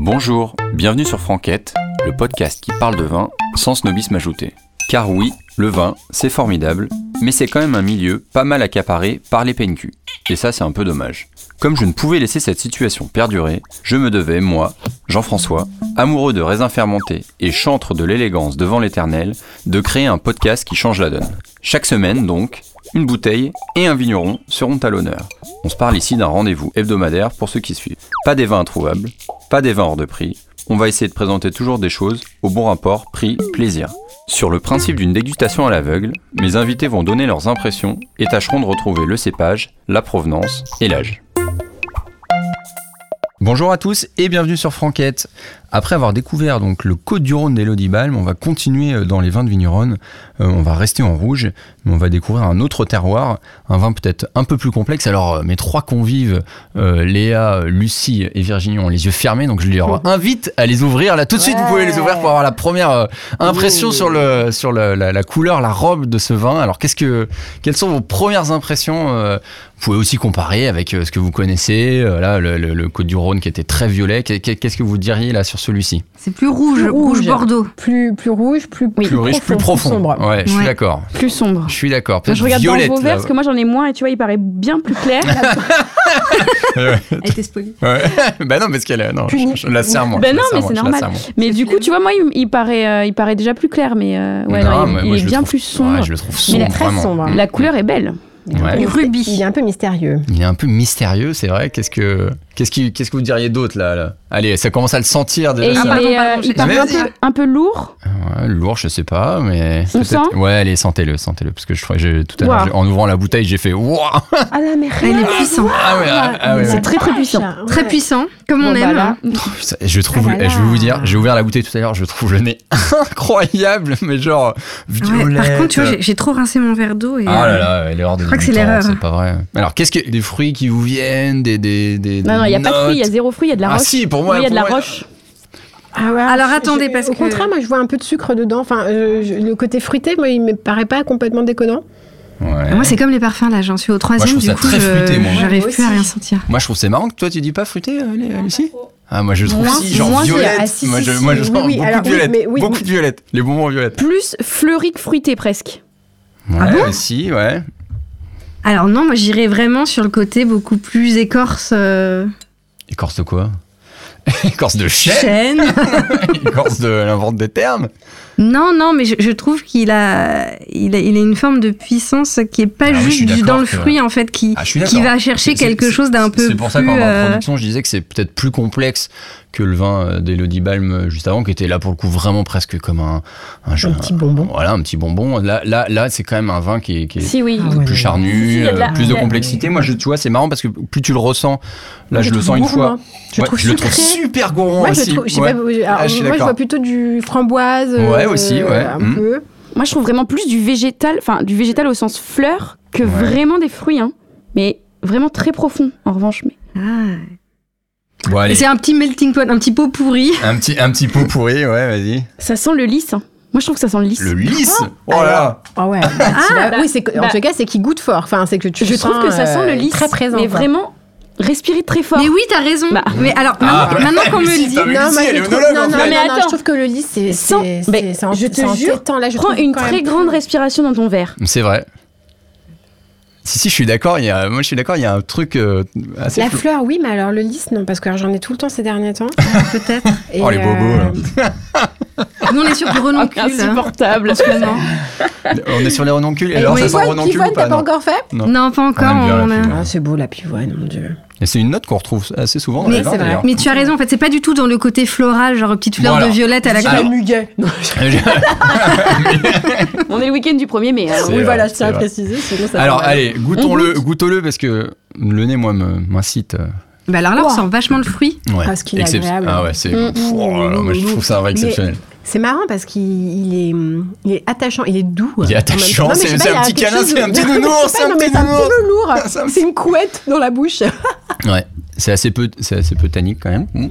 Bonjour, bienvenue sur Franquette, le podcast qui parle de vin sans snobisme ajouté. Car oui, le vin, c'est formidable, mais c'est quand même un milieu pas mal accaparé par les PNQ. Et ça, c'est un peu dommage. Comme je ne pouvais laisser cette situation perdurer, je me devais, moi, Jean-François, amoureux de raisins fermentés et chantre de l'élégance devant l'éternel, de créer un podcast qui change la donne. Chaque semaine, donc, une bouteille et un vigneron seront à l'honneur. On se parle ici d'un rendez-vous hebdomadaire pour ceux qui suivent. Pas des vins introuvables, pas des vins hors de prix. On va essayer de présenter toujours des choses au bon rapport prix-plaisir. Sur le principe d'une dégustation à l'aveugle, mes invités vont donner leurs impressions et tâcheront de retrouver le cépage, la provenance et l'âge. Bonjour à tous et bienvenue sur Franquette. Après avoir découvert donc le Côte du Rhône d'Elodie Balm, on va continuer euh, dans les vins de vigneronne. Euh, on va rester en rouge, mais on va découvrir un autre terroir, un vin peut-être un peu plus complexe. Alors euh, mes trois convives, euh, Léa, Lucie et Virginie, ont les yeux fermés, donc je leur invite à les ouvrir. Là tout de suite, vous pouvez les ouvrir pour avoir la première euh, impression Ouh. sur, le, sur le- la, la couleur, la robe de ce vin. Alors qu'est-ce que, quelles sont vos premières impressions euh, Vous pouvez aussi comparer avec euh, ce que vous connaissez. Euh, là, le, le- le Côte du Rhône qui était très violet. Qu'est- qu'est- Qu'est-ce que vous diriez là sur celui-ci C'est plus rouge, Plus rouge, rouge. bordeaux. plus, plus rouge, plus, plus riche, plus profond. sombre. Ouais, je suis Ouais. d'accord. Plus sombre. Je suis d'accord. Je regarde violette, dans vos verres parce que moi j'en ai moins et tu vois, il paraît bien plus clair. Elle était spoilée. là. Ouais. bah non, parce qu'elle est. Non, je, Puni. je la serre moi. Ben je la non, serre, mais moi, c'est je la normal. serre, moi. mais du coup, tu vois, moi il, il paraît, euh, il paraît déjà plus clair, mais euh, ouais, Non, non, mais il, moi, il je est le bien trouve- plus sombre. Ouais, je le trouve sombre. Mais il est hein. très vraiment. sombre. Mm. La couleur est belle. Ouais. Il est- Rubis. Il est un peu mystérieux. Il est un peu mystérieux, c'est vrai. Qu'est-ce que, qu'est-ce qui, qu'est-ce que vous diriez d'autre là, là Allez, ça commence à le sentir Et déjà. il ça. pardon, est, euh, pardon, il j'ai- paraît un Vas-y. peu, un peu lourd. Ouais, lourd, je sais pas, mais. On peut-être- sent Ouais, allez, sentez-le, sentez-le, parce que je crois, j'ai- tout à l'heure, Ouah. j'ai- en ouvrant la bouteille, j'ai fait Ouah Ah là, mais Elle rien. est puissante. Ah ouais, ah, ah ouais, ouais. C'est très très puissant. Putain, Très ouais. puissant, comme on Bon, aime. bah là, Putain, Je trouve, Ah là je vais vous là. dire, j'ai ouvert la bouteille tout à l'heure, je trouve le nez incroyable, mais genre Ouais, violet. par contre, tu vois, j'ai- j'ai trop rincé mon verre d'eau et Ah là euh, là, elle est hors de je crois que c'est limite, hein, l'erreur. C'est pas vrai. Alors, qu'est-ce que des fruits qui vous viennent, des des des Non, non, il n'y a pas de fruits, il y a notes zéro fruit, il y a de la Ah roche. si, pour moi, Oui, il y a de la pour moi- roche. Ah ouais, Alors, je- attendez, je- parce au que- contraire, moi je vois un peu de sucre dedans. Enfin, euh, je- le côté fruité, moi il me paraît pas complètement déconnant. Ouais. Moi, c'est comme les parfums, là. J'en suis au troisième, trouve du ça coup, très je- fruité, moi. j'arrive Ouais, plus à moi rien aussi. sentir. Moi, je trouve c'est marrant que toi tu dis pas fruité, euh, Lé- Lucie. Ah moi je trouve Moi, si, genre moi, c'est- violette. ah, si, si, moi je si, moi je oui, sens oui, beaucoup alors, de oui, violette, mais oui. beaucoup de violette, les bonbons violettes. Plus fleuri que fruité presque. Ouais, Ah si, ouais. Alors, non, moi, j'irais vraiment sur le côté beaucoup plus écorce euh, Écorce de quoi Écorce de chêne, chêne. écorce de l'invente des termes. non, non, mais je, je trouve qu'il a il, a, il a une forme de puissance qui est pas Ah oui, je juste suis du- d'accord dans le que- fruit, en fait, qui, Ah, je suis qui d'accord. va chercher C'est- quelque c'est- chose d'un peu C'est pour ça plus, qu'en euh, introduction, je disais que c'est peut-être plus complexe que le vin euh, d'Elodie Balm euh, juste avant, qui était là pour le coup vraiment presque comme un, un jeu. Un petit bonbon. Voilà, un petit bonbon. Là, là, là c'est quand même un vin qui est, qui est Si, oui. Ah ouais. plus Si, il charnu, y a de euh, la- plus de il y a- complexité. Moi, je, tu vois, c'est marrant parce que plus tu le ressens, là, Moi, je, le trouve sens une fois. gourmand. Je Ouais, trouve je le trouve sucré. super gourmand Moi, je aussi. trouve- je sais Ouais. pas, euh, alors, Ah, je suis moi je d'accord. vois plutôt du framboise. euh, Ouais, aussi, ouais. Un Mm. peu. Moi, je trouve vraiment plus du végétal, enfin du végétal au sens fleur, que Ouais. vraiment des fruits, hein. Mais vraiment très profond, en revanche. Mais... Ah. Bon, allez, C'est un petit melting pot, un petit pot pourri. un petit, un petit pot pourri, ouais, vas-y. Ça sent le lys. hein. Moi, je trouve que ça sent le lys. Le lisse Oh là là Ah ouais. Ah, oui, c'est que- en bah- tout cas, c'est qu'il goûte fort. Enfin, c'est que tu je sens, trouve que ça sent euh, le lys. Très présent. Mais quoi. vraiment, respirer très fort. Mais oui, t'as raison. Bah. Mais alors, Ah, maintenant, maintenant qu'on me Lucie, le dit, t'as vu Non, Lucie, moi, je elle est trouve- monologue, non, en non, fait. mais non, non, attends. je trouve que le lys, c'est. Sans- c'est- mais c'est- c'est en- je te c'est en jure, tétan, là, je Prends trouve une quand même très grande respiration dans ton verre. C'est vrai. Si, si, je suis d'accord. il y a- Moi, je suis d'accord, il y a un truc euh, assez La flou. fleur, oui, mais alors le lys, non, parce que alors, j'en ai tout le temps ces derniers temps. peut-être. Et, euh, Oh, les bobos, là. Nous, on est sur du renoncule. hein, Ah, insupportable. en ce moment. On est sur les renoncules. Et Et alors, oui. ça sent le pivoine, renoncule ou pivoine, pas t'as pas non encore fait Non. Non, pas encore. On aime bien la on a- fille, Ah, c'est beau la pivoine, mon dieu. Et c'est une note qu'on retrouve assez souvent dans Oui, les vins, c'est vrai. d'ailleurs. Mais tu as raison, en fait, c'est pas du tout dans le côté floral, genre petite fleur Voilà. de violette à la Alors- crème. muguet. Non, je- On est le week-end du 1er mai. alors. C'est hein. oui, voilà, vrai, je tiens à c'est vrai. Mhm. préciser, sinon ça Alors, fait mal. allez, goûtons-le, goûtons-le, parce que le nez, moi, me- m'incite. euh, Bah alors là, on Ouah. sent vachement le fruit. Ouais. Ah, ce qu'il est Excep- agréable. Ah ouais, c'est. Mm, Pff, oh là là, moi, je trouve ça un vrai exceptionnel. C'est marrant parce qu'il il est, hum, il est attachant, il est doux. Il est En même attachant, temps- Non, mais c'est- je sais pas, c'est il y un a petit quelque câlin, chose c'est de- un petit Non, mais je sais nounours, pas, c'est un non, mais petit c'est nounours. C'est C'est un un petit nounours. C'est une couette dans la bouche. Ouais. C'est assez peu, c'est assez peu tannique quand même. Mm.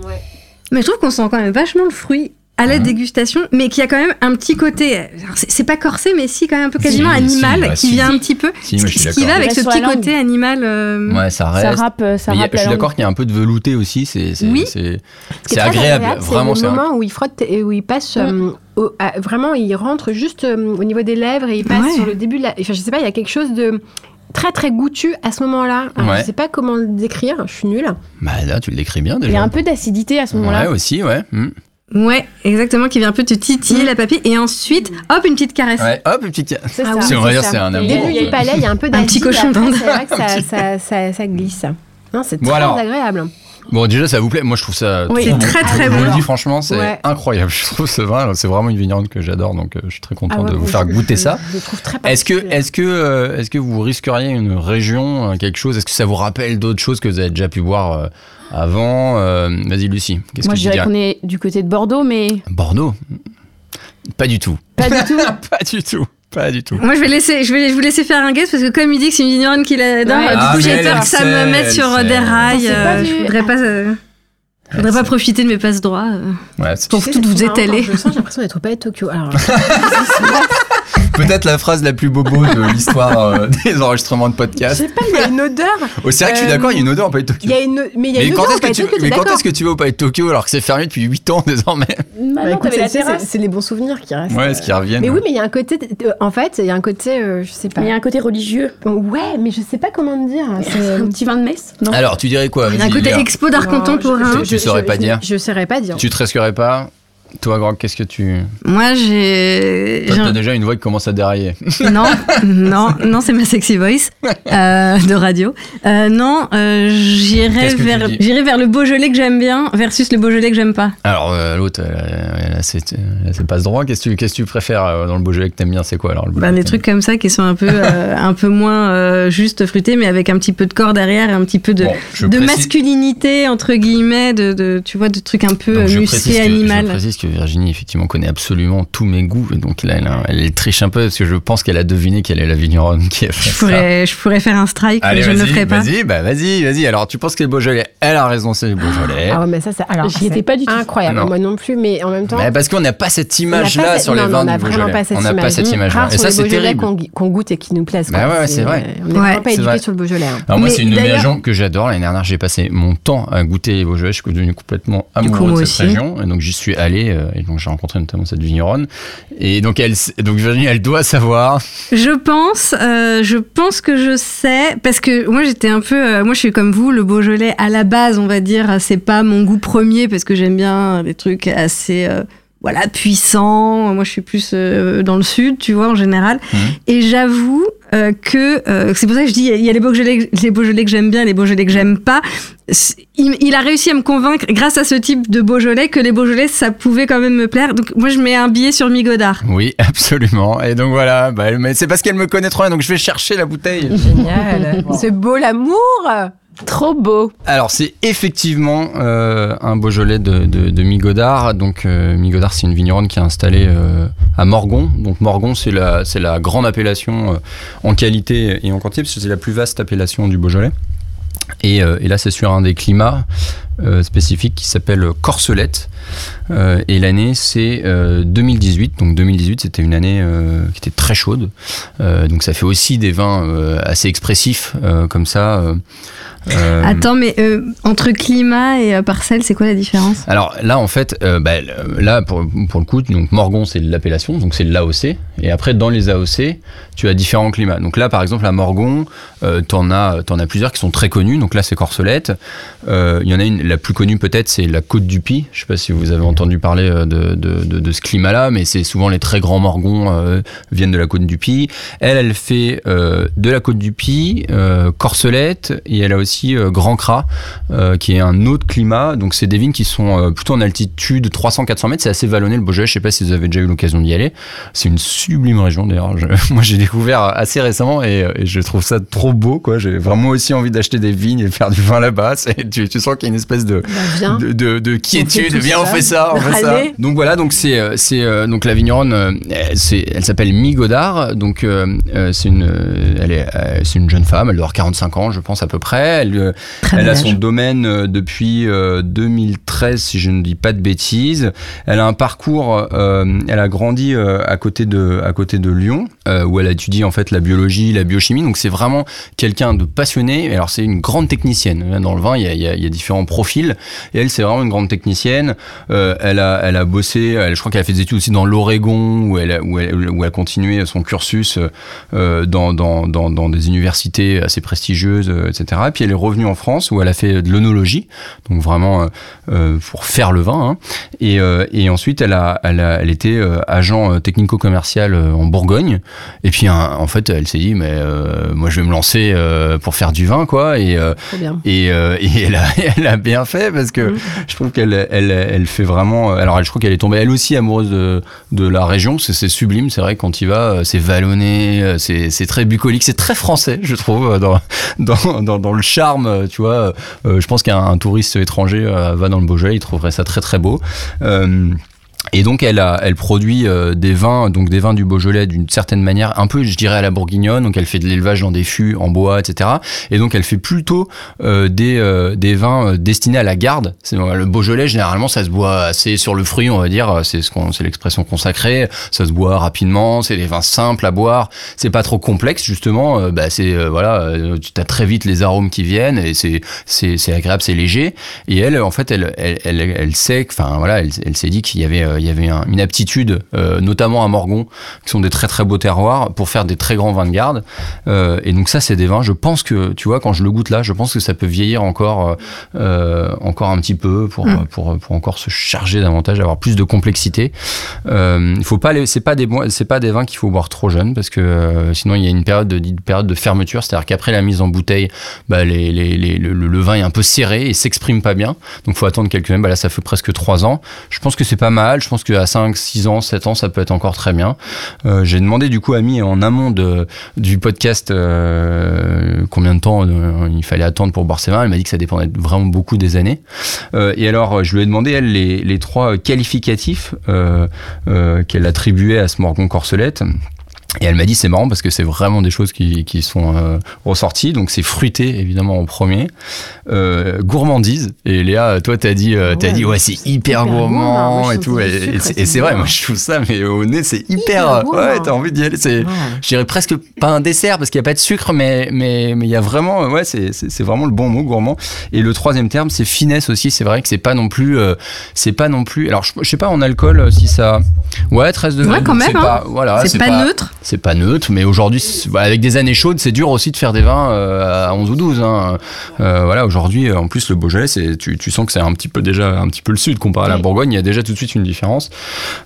Mais je trouve qu'on sent quand même vachement le fruit. à la Mhm. dégustation, mais qui a quand même un petit côté, alors c'est c'est pas corsé, mais si quand même un peu Si, quasiment si, animal, bah, qui si. vient un petit peu, Si, ce, moi, je suis ce qui va d'accord. avec Il ce va sur petit la langue. côté animal. euh, Ouais, ça Ça reste. rappe, euh, ça Mais il y a- rappe je la suis langue. d'accord qu'il y a un peu de velouté aussi, c'est c'est- Oui. c'est- Ce qui c'est est très agréable, vraiment. C'est c'est le un- moment où il frotte et où il passe. Mm. euh, au- à- vraiment, il rentre juste euh, au niveau des lèvres et il passe Ouais. sur le début de la. Enfin, je sais pas, il y a quelque chose de très très goûtu à ce moment-là. Alors, Ouais. Je sais pas comment le décrire, je suis nulle. Bah là, tu le décris bien Il y a déjà. un peu d'acidité à ce Ouais, moment-là. aussi, ouais. Hmm. Ouais, exactement, qui vient un peu te titiller la papille, et ensuite, hop, une petite caresse. Ouais, hop, une petite. C'est Ah ça. oui, Si on va dire, ça. c'est un Au amour. début du palais, il y a un peu d'acide, petit cochon après, d'Inde. C'est vrai que ça, ça, ça, ça glisse. Non, c'est Bon, très alors. agréable. Bon, déjà, ça vous plaît Moi, je trouve ça. Oui. trop C'est bon. très, très Je vous bon. le dis franchement, c'est Ouais. incroyable. Je trouve ce vin, c'est vraiment une vigneronne que j'adore, donc euh, je suis très content Ah ouais, de vous je- faire goûter je- ça. Je le trouve très Est-ce que, particulier. est-ce que, euh, est-ce que vous risqueriez une région, euh, quelque chose Est-ce que ça vous rappelle d'autres choses que vous avez déjà pu boire euh, avant Euh, Vas-y, Lucie. Qu'est-ce Moi, que je tu hein. dirais dirais qu'on est du côté de Bordeaux, mais Bah, Bordeaux Pas du tout. pas du tout. pas du tout. Pas du tout. Moi, je vais, laisser, je vais vous laisser faire un guess parce que comme il dit que c'est une ignorante qui l'adore, Ouais. euh, du Ah, coup, mais j'ai elle, peur elle que ça sait, me mette elle sur sait. euh, des rails. On s'est pas euh, vu. je voudrais pas, euh, je voudrais pas profiter de mes passes droits. euh. Ouais, c'est- Pour Tu sais, tout c'est vous marrant, étaler. quand Je le sens, j'ai l'impression d'être au palais de Tokyo. Alors, Peut-être la phrase la plus bobo de l'histoire euh, des enregistrements de je podcast. sais pas, il y a une odeur. Oh, c'est vrai que je suis Euh, d'accord, il y a une odeur en palais de Tokyo. Il y a une, mais il y a Mais une quand odeur au est-ce que, palais de tu... Tokyo, t'es mais quand d'accord est-ce que tu vas au palais de Tokyo alors que c'est fermé depuis 8 ans désormais Bah, Maintenant, écoute, t'avais la c'est- c'est terrasse. c'est les bons souvenirs qui restent. Ouais, est-ce qu'ils reviennent Mais oui, mais il y a un côté. euh, En fait, il y a un côté, euh, je sais pas. Mais il y a un côté religieux. Ouais, mais je sais pas comment te dire. c'est- Un petit vin de messe. Non. Alors, tu dirais quoi Il y a Ah, Vas-y, un côté Léa. expo d'art Non, contemporain. Tu- tu saurais pas dire Je saurais pas dire. Tu te risquerais pas Toi, Grand, qu'est-ce que tu. Moi, j'ai. Toi, j'ai un- T'as déjà une voix qui commence à dérailler. Non, non, non, c'est ma sexy voice euh, de radio. Euh, non, euh, j'irai Qu'est-ce que tu vers, dis j'irai vers le Beaujolais que j'aime bien versus le Beaujolais que j'aime pas. Alors, euh, l'autre, elle, elle, elle, c'est elle, c'est passe droit. Qu'est-ce que tu- qu'est-ce que tu préfères euh, dans le Beaujolais que t'aimes bien C'est quoi alors le Ben, Beaujolais des que t'aimes trucs comme ça qui sont un peu, euh, un peu moins euh, juste fruités, mais avec un petit peu de corps derrière, et un petit peu de, bien Bon, je de précise- masculinité entre guillemets, de, de tu vois, de trucs un peu Donc, euh, je musclés, précise, que, je animal. précise que Virginie, effectivement, connaît absolument tous mes goûts. Et donc, là, elle, a- elle triche un peu parce que je pense qu'elle a deviné quelle est la vigneronne qui a fait ça. Je pourrais, je pourrais faire un strike, Allez, mais je ne le vas-y, ferai pas. vas-y, bah, vas-y, vas-y. Alors, tu penses que les Beaujolais, elle a raison, c'est les Beaujolais. Ah ouais, mais ça, c'est. Alors, J'y étais c'est pas du tout. Incroyable, Non. moi non plus, mais en même temps. Bah, parce qu'on n'a pas cette on a image-là pas sur cette- les non, vins non, on a du Beaujolais. vraiment pas cette on n'a image. pas cette Mmh. image-là. Rares Et sont ça, les c'est Beaujolais terrible. Qu'on, gui- qu'on goûte et qui nous plaisent. Bah quoi. ouais, ouais, c'est vrai. On n'est vraiment pas C'est vrai. éduqués sur le Beaujolais. hein. Alors moi, Mais c'est une d'ailleurs- région que j'adore. L'année dernière, j'ai passé mon temps à goûter les Beaujolais. Je suis devenu complètement amoureux coup, moi de cette aussi. région. Et donc, j'y suis allé. euh, Et donc, j'ai rencontré notamment cette vigneronne. Et donc, elle, donc Virginie, elle doit savoir. Je pense, euh, je pense que je sais, parce que moi j'étais un peu, euh, moi je suis comme vous, le Beaujolais à la base, on va dire, c'est pas mon goût premier parce que j'aime bien des trucs assez, euh, voilà, puissants. Moi je suis plus euh, dans le sud, tu vois, en général. Mhm. Et j'avoue euh, que euh, c'est pour ça que je dis, il y a les Beaujolais, les Beaujolais que j'aime bien, les Beaujolais que j'aime pas. C'est- Il, il a réussi à me convaincre grâce à ce type de Beaujolais que les Beaujolais ça pouvait quand même me plaire. Donc moi je mets un billet sur Migodard. Oui, absolument. Et donc, voilà. Bah, elle- mais c'est parce qu'elle me connaît trop bien. Donc, je vais chercher la bouteille. Génial. Ce beau l'amour. Trop beau. Alors, c'est effectivement euh, un Beaujolais de, de, de Migodard. Donc, euh, Migodard, c'est une vigneronne qui est installée euh, à Morgon. Donc, Morgon, c'est la, c'est la grande appellation euh, en qualité et en quantité, parce que c'est la plus vaste appellation du Beaujolais. Et, euh, et là, c'est sur un des climats euh, spécifiques qui s'appelle Corcelette. Euh, et l'année, c'est euh, 2018. Donc 2018, c'était une année euh, qui était très chaude. Euh, donc ça fait aussi des vins euh, assez expressifs euh, comme ça. euh, euh, Attends, mais euh, entre climat et euh, parcelle, c'est quoi la différence Alors là, en fait, euh, bah, là pour, pour le coup, donc Morgon, c'est l'appellation, donc c'est l'AOC. Et après, dans les AOC, tu as différents climats. Donc là, par exemple, à Morgon, euh, t'en as, t'en as plusieurs qui sont très connus. Donc là, c'est Corcelette. Euh, Il y en a une, la plus connue peut-être, c'est la Côte du Pi. Je sais pas si vous avez entendu parler euh, de, de, de, de ce climat-là, mais c'est souvent les très grands Morgons euh, viennent de la Côte du Pi. Elle, elle fait euh, de la Côte du Pi, euh, Corcelette, et elle a aussi euh, Grand Cras euh, qui est un autre climat. Donc, c'est des vignes qui sont euh, plutôt en altitude 300-400 mètres. C'est assez vallonné le Beaujolais. Je sais pas si vous avez déjà eu l'occasion d'y aller. C'est une sublime région d'ailleurs. Je- Moi, j'ai découvert assez récemment et, et je trouve ça trop beau. quoi. J'ai vraiment aussi envie d'acheter des vignes et de faire du vin là-bas. C'est- Tu, tu sens qu'il y a une espèce espèce de, Bah, viens. de, de, de quiétude. tout Viens, on ça. fait ça, on fait ça. Allez. Donc voilà, donc c'est euh, c'est euh, donc la vigneronne, euh, elle, c'est- elle s'appelle Mi Godard. Donc euh, euh, c'est une euh, elle est euh, c'est une jeune femme. Elle doit avoir 45 ans, je pense à peu près. Elle, euh, Très elle bel a âge. son domaine euh, depuis euh, 2013, si je ne dis pas de bêtises. Elle a un parcours. euh, elle a grandi euh, à côté de à côté de Lyon, euh, où elle a étudié en fait la biologie, la biochimie. Donc c'est vraiment quelqu'un de passionné. Alors c'est une grande technicienne. hein, Dans le vin, il y a, il y a- il y a différents profils. Et elle, c'est vraiment une grande technicienne. Euh, elle a elle a bossé. Elle, je crois qu'elle a fait des études aussi dans l'Oregon, où elle a- où elle où elle a continué son cursus euh, euh, dans, dans, dans, dans des universités assez prestigieuses, euh, etc. Et puis elle est revenue en France où elle a fait de l'onologie, donc vraiment euh, euh, pour faire le vin. hein. Et, euh, et ensuite, elle, a, elle, a, elle était euh, agent euh, technico-commercial euh, en Bourgogne. Et puis, hein, en fait, elle s'est dit, mais euh, moi, je vais me lancer euh, pour faire du vin, quoi. Et, euh, Trop bien. et, euh, et elle, a, elle a bien fait parce que Mhm. je trouve qu'elle elle, elle fait vraiment. euh, Alors, elle- je crois qu'elle est tombée elle aussi amoureuse de, de la région parce que c'est sublime. C'est vrai, quand il va, euh, c'est vallonné, euh, c'est c'est très bucolique, c'est très français, je trouve, euh, dans, dans, dans, dans le charme. euh, Tu vois, Euh, je pense qu'un un touriste étranger euh, va dans le Beaujolais, il trouverait ça très très beau. Euh, et donc elle, a, elle produit euh, des vins, donc des vins du Beaujolais d'une certaine manière, un peu je dirais à la bourguignonne, donc elle fait de l'élevage dans des fûts, en bois, etc. Et donc elle fait plutôt euh, des, euh, des vins euh, destinés à la garde. C'est, euh, le Beaujolais généralement ça se boit assez sur le fruit, on va dire, euh, c'est, ce qu'on, c'est l'expression consacrée, ça se boit rapidement, c'est des vins simples à boire, c'est pas trop complexe justement, euh, bah, c'est, euh, voilà, euh, tu as très vite les arômes qui viennent et c'est, c'est, c'est agréable, c'est léger. Et elle, en fait, elle, elle, elle, elle sait, que- enfin voilà, elle, elle s'est dit qu'il y avait, euh, il y avait un- une aptitude, euh, notamment à Morgon, qui sont des très très beaux terroirs, pour faire des très grands vins de garde. Euh, et donc ça, c'est des vins. Je pense que, tu vois, quand je le goûte là, je pense que ça peut vieillir encore, euh, euh, encore un petit peu pour, Mm. pour, pour encore se charger davantage, avoir plus de complexité. Euh, Il faut pas, les- c'est pas des, boi- c'est pas des vins qu'il faut boire trop jeune parce que euh, sinon il y a une période de, dite période de fermeture, c'est-à-dire qu'après la mise en bouteille, bah, les, les- les- le, le- le vin est un peu serré et s'exprime pas bien. Donc faut attendre quelques années. Bah, là, ça fait presque 3 ans. Je pense que c'est pas mal. Je pense qu'à 5, 6 ans, 7 ans, ça peut être encore très bien. Euh, J'ai demandé du coup à Mi en amont de, du podcast euh, combien de temps euh, il fallait attendre pour boire ses vins. Elle m'a dit que ça dépendait vraiment beaucoup des années. Euh, et alors, euh, je lui ai demandé, elle, les, les trois qualificatifs euh, euh, qu'elle attribuait à ce Morgon Corselette. Et elle m'a dit, c'est marrant parce que c'est vraiment des choses qui, qui sont euh, ressorties. Donc, c'est fruité, évidemment, en premier. Euh, gourmandise. Et Léa, toi, t'as dit, euh, t'as Ouais, dit, ouais, c'est hyper, hyper gourmand gourmand. Moi, je et tout. trouve Et, que le et sucre, c'est- c'est et c'est vrai, bien. moi, je trouve ça, mais au nez, c'est hyper. Hyper gourmand. ouais, t'as envie d'y aller. C'est, je dirais presque pas un dessert parce qu'il n'y a pas de sucre, mais mais mais il y a vraiment euh, ouais c'est c'est c'est vraiment le bon mot gourmand. Et le troisième terme c'est finesse aussi. C'est vrai que c'est pas non plus euh, c'est pas non plus. Alors je, je sais pas en alcool euh, si ça ouais 13 degrés. Ouais, quand donc Ah, même, c'est hein. pas- voilà, c'est pas, neutre. C'est pas neutre, mais aujourd'hui c'est- voilà, avec des années chaudes c'est dur aussi de faire des vins euh, à 11 ou 12. Hein. Euh, voilà aujourd'hui euh, en plus le Beaujolais c'est tu tu sens que c'est un petit peu déjà un petit peu le sud comparé à la Oui. Bourgogne. Il y a déjà tout de suite une différence.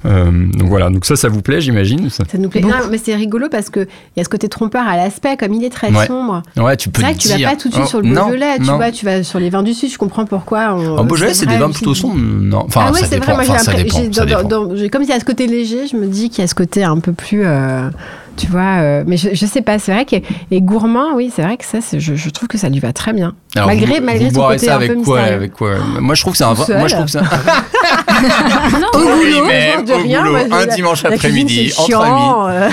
Euh, donc voilà donc ça ça vous plaît j'imagine. ça Ça nous plaît. Beaucoup. Non, mais c'est rigolo parce que il y a ce côté trompeur à l'aspect, comme il est très Ouais. sombre. Ouais tu peux C'est vrai le que tu vas dire. pas tout de suite Oh, sur le non, Beaujolais, tu non. vois, tu vas sur les vins du Sud, je comprends pourquoi. on- En Beaujolais, c'est des vrai, vins aussi. plutôt sombres. Non, enfin, ah oui, ça, c'est dépend. vrai, moi j'ai enfin, ça l'impression- dépend. j'ai- ça dans- dépend. dans- j'ai- Comme il y a ce côté léger, je me dis qu'il y a ce côté un peu plus. euh, tu vois, euh, mais je, je sais pas, c'est vrai que. Et gourmand, oui, c'est vrai que ça, c'est- je, je trouve que ça lui va très bien. Alors, malgré- vous, malgré vous son boirez côté ça un avec peu quoi, mystérieux. avec quoi euh, Moi, je trouve que c'est un Tout vrai- Moi, je seul. trouve que ça. Ah Au Oh, boulot, Oui, je mais mange de rien, moi, je- un la- dimanche la cuisine, après-midi, c'est entre amis. chiant, euh,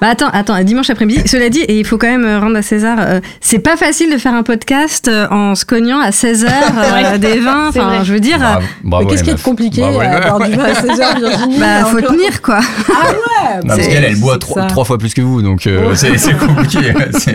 Bah attends, attends, un dimanche après-midi. Cela dit, et il faut quand même euh, rendre à César, euh, c'est pas facile de faire un podcast euh, en se cognant à 16h euh, des vins. C'est Enfin, vrai. je veux dire, euh, Bravo, bravo, Mais qu'est-ce les qui est meufs. compliqué Bravo, les à meufs. boire du vin à 16h, Virginie bah faut encore tenir quoi. Ah ouais Non, Bah, parce C'est- qu'elle, elle boit c'est trois ça. trois fois plus que vous, donc euh, Ouais. c'est c'est compliqué. C'est-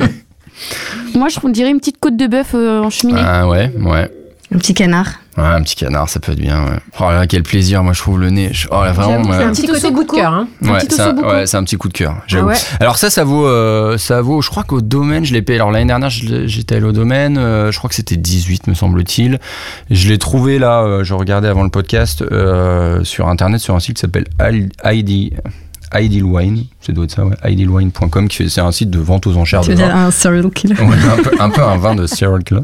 Moi, je dirais une petite côte de bœuf euh, en cheminée. Ah ouais, ouais. Un petit canard. Ouais, un petit canard, ça peut être bien. ouais. Oh là, quel plaisir, moi je trouve le nez. je- Oh là, vraiment. J'avoue que ouais. c'est un petit côté coup de cœur. hein. Un Ouais, petit c'est un, ossobuco. ouais, c'est un petit coup de cœur. Ah j'avoue. ouais. Alors ça, ça vaut, euh, ça vaut. Je crois qu'au domaine, je l'ai payé. Alors l'année dernière, je l'ai- j'étais allé au domaine. euh, je crois que c'était 18, me semble-t-il. Je l'ai trouvé là. euh, je regardais avant le podcast euh, sur internet sur un site qui s'appelle Al- ID. Ideal Wine, ça doit être ça, ouais. Idealwine.com, qui fait, c'est un site de vente aux enchères Tu de veux vin. dire un serial killer. Ouais, un, peu, un peu un vin de Cyril Claw.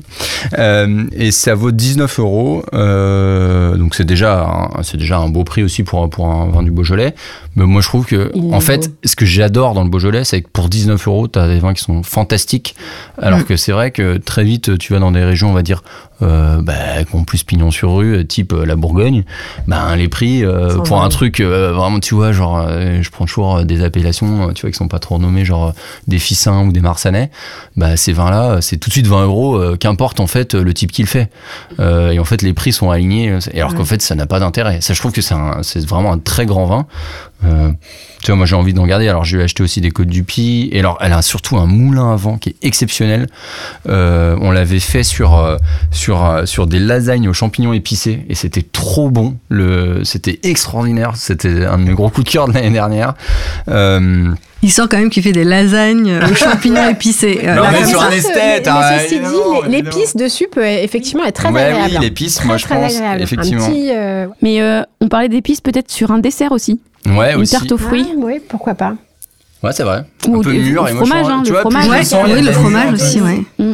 Euh, et ça vaut 19 euros. Euh, donc c'est déjà, un- c'est déjà un beau prix aussi pour, un- pour un vin du Beaujolais. Mais moi, je trouve que, Il est en fait, beau. ce que j'adore dans le Beaujolais, c'est que pour 19 euros, tu as des vins qui sont fantastiques. Alors que c'est vrai que très vite, tu vas dans des régions, on va dire, euh, bah, qui ont plus pignon sur rue, euh, type euh, la Bourgogne. Ben, les prix, euh, Sans pour un valeur. truc euh, vraiment, tu vois, genre, euh, je prends toujours euh, des appellations, euh, tu vois, qui sont pas trop nommées, genre euh, des Fissins ou des Marsanais. Bah, ces vins-là, euh, c'est tout de suite 20 euros, euh, qu'importe en fait euh, le type qui le fait. Euh, et en fait, les prix sont alignés, euh, et alors qu'en fait, ça n'a pas d'intérêt. Ça, je trouve que c'est un- c'est vraiment un très grand vin. Euh, tu vois, moi j'ai envie d'en garder. Alors je lui ai acheté aussi des Côtes du Pi. Et alors elle a surtout un moulin à vent qui est exceptionnel. Euh, on l'avait fait sur, euh, sur, euh, sur des lasagnes aux champignons épicés. Et c'était trop bon. Le, c'était extraordinaire. C'était un de mes gros coups de cœur de l'année dernière. Euh, Il sent quand même qu'il fait des lasagnes euh, aux champignons épicés. Euh, Non, là, mais comme sur ça. un esthète, Mais, mais hein, ceci évidemment, dit, l'é- évidemment. l'épice dessus peut effectivement être très ouais, agréable. oui, l'épice, Très, moi je très pense. agréable. Effectivement. Un petit, euh, Mais euh, on parlait d'épices peut-être sur un dessert aussi. Ouais, une aussi. tarte aux fruits. ah, ouais, pourquoi pas. Ouais, c'est vrai. Ou un peu du- mûr du et moi, fromage, je- hein, tu le vois, plus fromage. je Ouais, sens, il y a oui, de le la fromage lumière, aussi, ouais.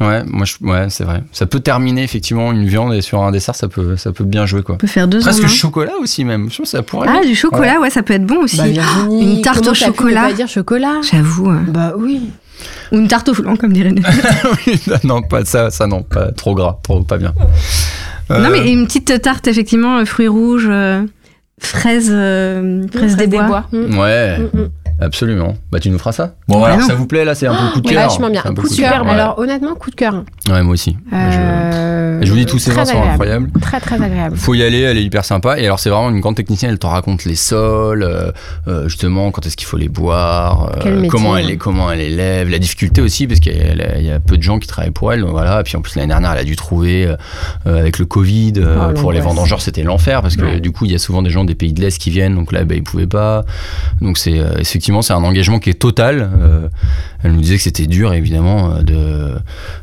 Ouais, moi je, ouais, c'est vrai. Ça peut terminer effectivement une viande et sur un dessert, ça peut, ça peut bien jouer quoi. On peut faire deux en Presque un. chocolat aussi même. Je pense que ça pourrait. Mmh. Ah, du chocolat, ouais, ça peut être bon aussi. Bah, Virginie, une tarte comment au t'as pu ne chocolat. pas dire chocolat. J'avoue. hein. Bah oui. Ou une tarte au flan, comme dirait. Oui, non, pas ça, ça non, pas trop gras, trop, pas bien. Non, Euh, mais une petite tarte, effectivement, euh, fruits rouges, euh, fraises, euh, fraises des, bois. Ouais, Mm, mm. absolument. Bah tu nous feras ça. Bah Bon voilà, non. ça vous plaît là, c'est un peu coup de Mais cœur. Vachement bien. C'est un peu Coup de cœur. ouais. Alors honnêtement, coup de cœur. Ouais, moi aussi. Je- Euh, Je vous dis tous ces très vins sont agréable. incroyables. Très très agréable. Faut y aller, elle est hyper sympa. Et alors c'est vraiment une grande technicienne, elle te raconte les sols, euh, euh, justement quand est-ce qu'il faut les boire, euh, Quel métier, comment elle hein. les comment elle élève, la difficulté aussi parce qu'il y a- il y a peu de gens qui travaillent pour elle. Donc voilà. Et puis en plus l'année dernière, elle a dû trouver euh, euh, avec le Covid euh, Oh, pour les l'angoisse. vendangeurs, c'était l'enfer parce que Ouais. du coup il y a souvent des gens des pays de l'Est qui viennent, donc là ben, ils pouvaient pas. Donc c'est euh, effectivement c'est un engagement qui est total. Euh, elle nous disait que c'était dur évidemment euh, de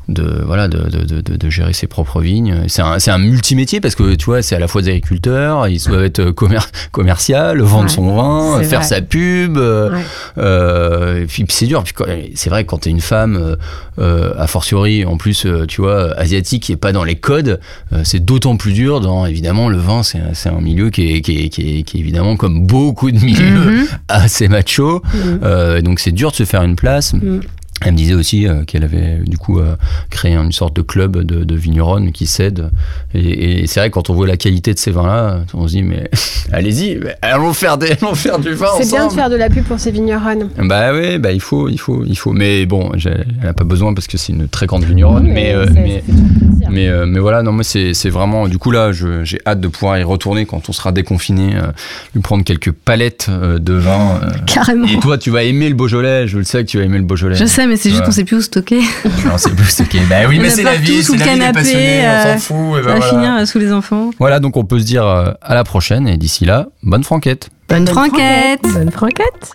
de voilà de, de, de- de- de gérer ses propres vignes. C'est un, c'est un multimétier parce que tu vois, c'est à la fois des agriculteurs, ils doivent être euh, commer commercial, vendre Ouais, son vin, c'est faire vrai. sa pub. euh, Ouais. euh, et puis c'est dur. Puis quand- c'est vrai que quand t'es une femme, euh, euh, a fortiori en plus, euh, tu vois, asiatique qui est pas dans les codes, euh, c'est d'autant plus dur. Dans évidemment le vin, c'est un- c'est un milieu qui est, qui, est, qui, est, qui est évidemment comme beaucoup de milieux Mm-hmm. Mhm. assez macho. Mhm. Euh, donc c'est dur de se faire une place. Mm. Elle me disait aussi euh, qu'elle avait du coup euh, créé une sorte de club de, de vigneronnes qui cèdent. Et, et c'est vrai que quand on voit la qualité de ces vins-là, on se dit mais allez-y, mais allons faire des, allons faire du vin C'est bien de ensemble. faire de la pub pour ces vigneronnes. Bah oui, bah il faut, il faut, il faut. Mais bon, j'ai- elle n'a pas besoin parce que c'est une très grande vigneronne. mais, euh, ça- ça mais- fait toujours plaisir. mais, euh, mais voilà, non, moi, c'est c'est vraiment. Du coup, là, je- j'ai hâte de pouvoir y retourner quand on sera déconfiné, euh, lui prendre quelques palettes euh, de vin. euh. Carrément. Et toi, tu vas aimer le Beaujolais, je le sais que tu vas aimer le Beaujolais. Je sais, mais c'est juste Ouais. qu'on sait plus où stocker. Non, c'est plus ok. Bah oui, On mais a c'est la partout vie, sous c'est le la vie des canapé, passionnés, on euh, s'en fout. et ben Ça va voilà. finir euh, sous les enfants. Voilà, donc on peut se dire euh, à la prochaine et d'ici là, bonne franquette. Bonne franquette Bonne franquette.